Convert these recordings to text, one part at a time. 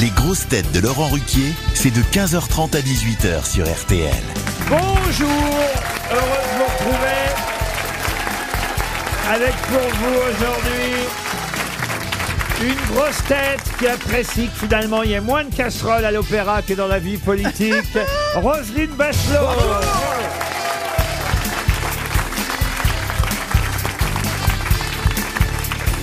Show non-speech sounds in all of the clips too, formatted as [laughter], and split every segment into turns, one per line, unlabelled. Les grosses têtes de Laurent Ruquier, c'est de 15h30 à 18h sur RTL.
Bonjour, heureux de vous retrouver avec pour vous aujourd'hui une grosse tête qui apprécie que finalement il y ait moins de casseroles à l'opéra que dans la vie politique, Roselyne Bachelot.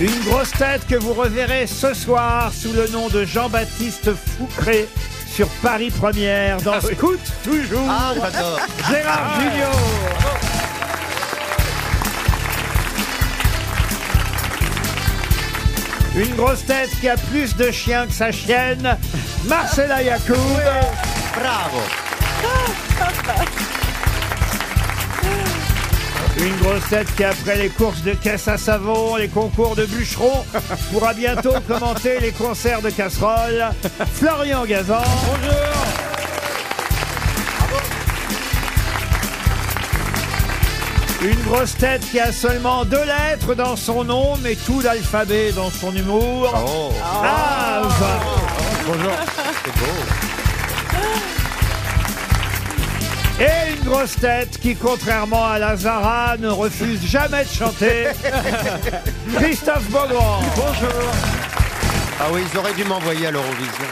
Une grosse tête que vous reverrez ce soir sous le nom de Jean-Baptiste Foucré sur Paris Première dans Scout toujours. Gérard Junior. Une grosse tête qui a plus de chiens que sa chienne, Marcela Yacoub.
Bravo.
Une grosse tête qui, après les courses de caisse à savon, les concours de bûcherons, pourra bientôt commenter les concerts de casseroles, Florian Gazan. Bonjour. Une grosse tête qui a seulement deux lettres dans son nom, mais tout l'alphabet dans son humour. Ah, enfin.
Bonjour. C'est beau.
Et une grosse tête qui, contrairement à Lazara, ne refuse jamais de
[laughs]
chanter. Christophe Beaugrand. Bonjour.
Ah oui, ils auraient dû m'envoyer à l'Eurovision.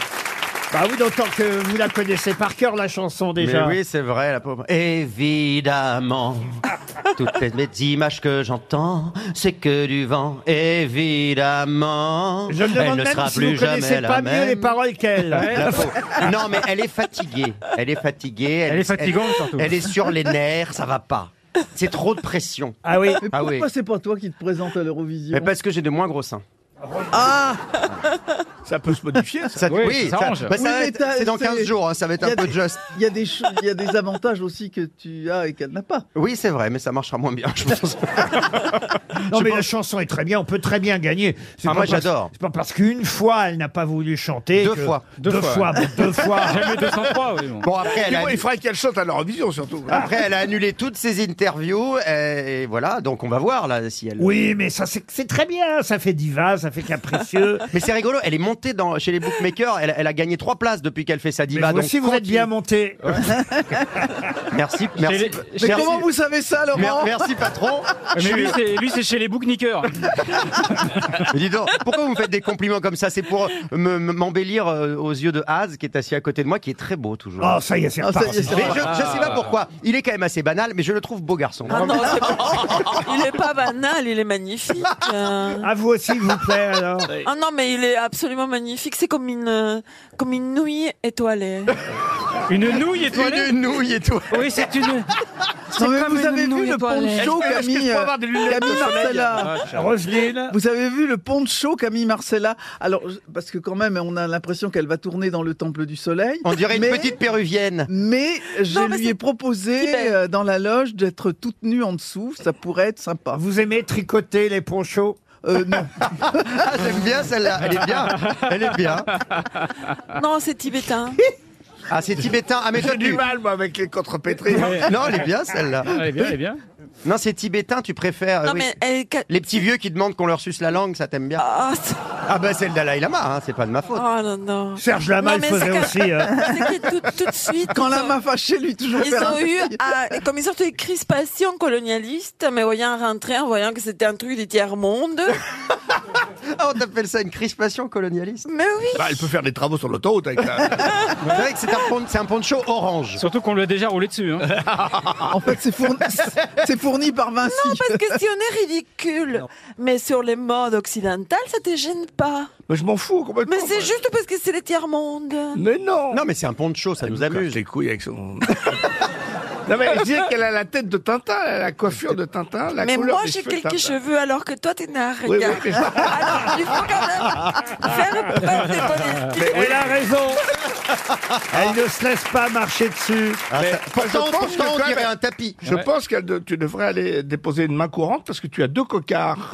Bah oui, d'autant que vous la connaissez par cœur, la chanson
Mais
déjà.
oui, c'est vrai, la pauvre.
[laughs]
Évidemment. Toutes les, les images que j'entends, c'est que du vent. Évidemment.
Je me demande
elle ne
même
sera
si
plus
vous
jamais
connaissez
la
pas
même.
mieux les paroles qu'elle.
La pauvre. non, mais elle est fatiguée. Elle est fatiguée. Elle,
est fatigante,
elle-
surtout.
Elle est sur les nerfs, ça va pas. C'est trop de pression.
ah oui.
Mais
Ah
pourquoi
oui.
c'est pas toi qui te présente à l'Eurovision
Mais parce que j'ai de moins gros seins.
Ça peut se modifier.
Ça-
Oui, ça arrange.
bah, ça
Oui,
va
mais
être-
t'as-
c'est dans
c'est-
15 jours, hein, ça va être
Il y
un
a
peu
des-
just.
Il y a des cho- il y a des avantages aussi que tu as et qu'elle n'a pas.
Oui, c'est vrai, mais ça marchera moins bien, je
[laughs]
pense.
Non, mais la chanson est très bien, on peut très bien gagner. C'est
Ah,
pas
moi,
parce-
j'adore.
C'est pas parce qu'une fois elle n'a pas voulu chanter.
Deux
que-
fois.
Deux, fois. bon, deux fois.
Jamais 203, oui. Bon.
Bon, après, elle a,
il faudrait qu'elle chante à l'Eurovision surtout.
après, elle a annulé toutes ses interviews, euh, et, et voilà, donc on va voir là si elle.
Oui, mais ça, c'est c'est très bien. Ça fait diva, ça fait capricieux.
Mais c'est rigolo, elle est montée dans, chez les bookmakers, elle, elle a gagné trois places depuis qu'elle fait sa
Mais
diva.
vous
donc
aussi, vous êtes
continue.
bien monté.
Merci, merci.
Mais
merci,
comment vous savez ça, Laurent
mer- merci, patron.
Mais lui, c'est, lui, c'est chez les booknickers.
Mais dis donc, pourquoi vous me faites des compliments comme ça C'est pour me- me- m'embellir euh, aux yeux de Haz qui est assis à côté de moi, qui est très beau toujours.
Oh, ça y est, c'est
Ah, ça y est,
reparti.
c'est
Mais
reparti.
je, je sais pas pourquoi. Il est quand même assez banal, mais je le trouve beau garçon.
Ah non, c'est pas- il est pas banal, il est [laughs] magnifique. euh.
À Ah, vous aussi, il vous plaît, alors.
Ah non, mais il est absolument magnifique. C'est comme une, euh, comme une nouille étoilée.
Une nouille étoilée
Une nouille et tout.
Oui, c'est une.
Non, mais
comme
vous
une
avez vu
nouille
le
étoilée.
poncho Camille, euh, Camille
Hein,
Marcella
Roselyne.
Vous avez vu le poncho Camille Marcella Alors je- parce que quand même, on a l'impression qu'elle va tourner dans le temple du soleil.
On dirait une
Mais-
petite péruvienne.
Mais je
Non, mais
lui
c'est
ai proposé
hyper.
euh, dans la loge d'être toute nue en dessous. Ça pourrait être sympa.
Vous aimez tricoter les ponchos
Euh, non.
Ah, j'aime bien celle-là. Elle est bien. Elle est bien.
Non, c'est tibétain.
Ah, c'est tibétain. Ah, mais toi,
du
tu...
mal, moi, avec les contrepétries.
Non, elle est bien celle-là.
Elle est bien, elle est bien.
Non, c'est tibétain, tu préfères. euh,
Non,
oui.
mais elle est ca-
Les petits vieux qui demandent qu'on leur suce la langue, ça t'aime bien.
Ah, c'est-
Ah, bah, c'est le Dalai Lama, hein, c'est pas de ma faute.
ah, non, non.
Serge Lama
Non,
le
mais
faisait
c'est que-
aussi. hein.
C'est que tout, tout de suite.
Quand
ils
la
ont-
main fâchée, lui toujours
Ils
faire
ont
un
eu,
truc.
à- comme ils sortent des crispations colonialistes, mais voyant rentrer, en voyant que c'était un truc du tiers-monde.
Ah, on t'appelle ça une crispation colonialiste.
[laughs] Mais oui,
Bah, elle peut faire des travaux sur l'autoroute avec la...
C'est vrai que c'est un, pon- c'est un poncho orange.
Surtout qu'on lui a déjà roulé dessus. Hein.
En fait, c'est fourni, c'est fourni par Vinci.
parce que si on est ridicule, mais sur les modes occidentales, ça te gêne pas.
Mais je m'en fous complètement.
Mais c'est juste parce que c'est les tiers-monde.
Mais non
Non, mais c'est un poncho, ça nous
Casse
amuse.
les couilles avec son... non, mais elle disait qu'elle a la tête
Ah,
de Tintin, elle a la coiffure de Tintin, la
Mais
couleur
moi
des
j'ai
cheveux de
quelques
Tintin.
cheveux alors que toi t'es nain,
Oui,
regarde.
oui,
[laughs] Alors il faut quand même faire preuve de modestie.
Elle a raison. Elle ne se laisse pas marcher dessus.
Ah,
Mais-
ça- Pourtant,
je pense
pourtant,
que
on
quand
dirait
même-
un tapis.
Je pense que de- tu devrais aller déposer une main courante parce que tu as deux cocards.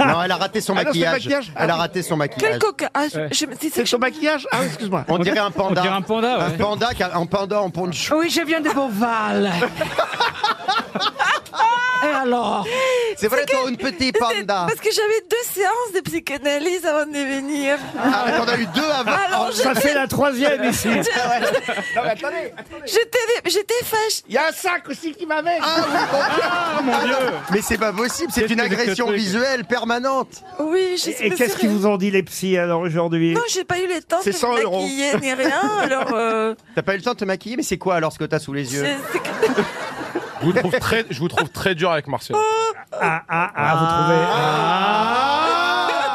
Non, elle a raté son
Ah non, c'est le
maquillage.
maquillage.
Elle a raté son
Quel
maquillage.
coca ah, je- je- c'est-
C'est
c'est-
son maquillage Ah, excuse-moi.
On dirait un
On dirait
panda.
un panda,
Un
ouais.
panda qui a- un panda en poncho.
Oui, je viens de
[laughs]
Beauval.
mal. Et alors
C'est vrai, toi, une petite
C'est-
panda.
Parce que j'avais deux séances de psychanalyse avant de venir.
Ah, t'en as eu deux avant.
Alors, je-
Ça fait la troisième ici.
Non, mais attendez, attendez.
j'étais j'étais fâchée.
Il y a un sac aussi qui m'avait.
Ah, mon Dieu
Mais c'est pas possible, c'est une
Qu'est-ce que c'est que ce
agression
truc
visuelle permanente.
Oui, je
Et qu'est-ce qu'ils vous ont dit les psys alors aujourd'hui
Non, j'ai pas eu le temps de
C'est 100
me
euros.
maquiller ni rien. Alors, euh,
T'as pas eu le temps de te maquiller, mais c'est quoi alors ce que t'as sous les yeux
c'est- c'est que-
Je vous trouve très, je vous trouve très dur avec Marcel.
Ah, ah, ah, vous trouvez
Ah.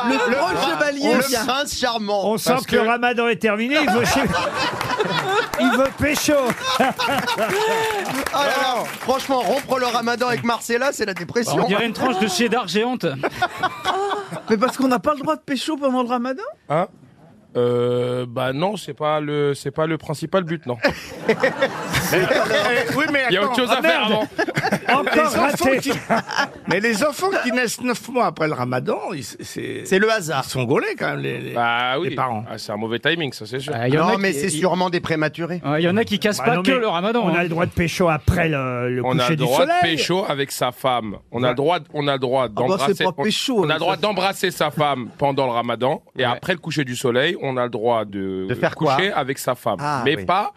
Le proche chevalier
Ah Le
vient.
prince charmant.
On sent que, le ramadan est terminé, il veut,
[laughs]
chez- il veut pécho.
Ah là là, franchement, rompre le ramadan avec Marcella, c'est la dépression.
On dirait une tranche de cheddar géante. Euh,
Mais parce qu'on n'a pas le droit de pécho pendant le ramadan
Hein Euh, bah non, c'est pas le, c'est pas le principal but, non.
Eh, oui, mais
Il y a
attends.
autre chose à faire avant.
Encore
Les enfants
raté.
qui- Mais les enfants qui naissent 9 mois après le ramadan, ils- c'est.
C'est le hasard.
Ils sont gaulés quand même, les. les-
Bah oui.
Les parents.
Ah, c'est un mauvais timing, ça c'est sûr.
Ah, il y en a
Non,
qui-
mais c'est sûrement des prématurés.
Ouais, Il y en a qui cassent
Bah
pas
non,
que
mais
le ramadan.
On a
hein.
le droit de pécho après le, le
On a
coucher
le
du
droit de
soleil.
pécho avec sa femme. On a le droit, on a le droit
bah, c'est
d'embrasser.
pas
on-
pécho,
on a
hein,
le droit
ça.
d'embrasser sa femme pendant le Ramadan et après le coucher du soleil, on a le droit de,
De faire quoi
coucher avec sa femme,
Ah,
mais
oui.
pas.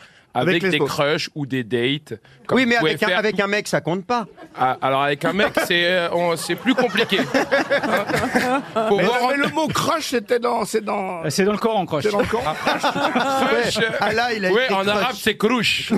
Avec,
Avec les
des
autres.
crushs ou des dates. comme
oui, mais
vous pouvez
avec un,
faire
avec un mec, ça compte pas.
Ah, alors avec un mec, c'est euh, on- c'est plus
[laughs]
compliqué. Faut
Mais,
voir
mais le mot crush, c'était dans. C'est dans.
C'est dans le Coran, croche.
C'est dans le camp.
un crush.
Ah là, il a
Oui,
été
en
crush.
arabe, c'est crush.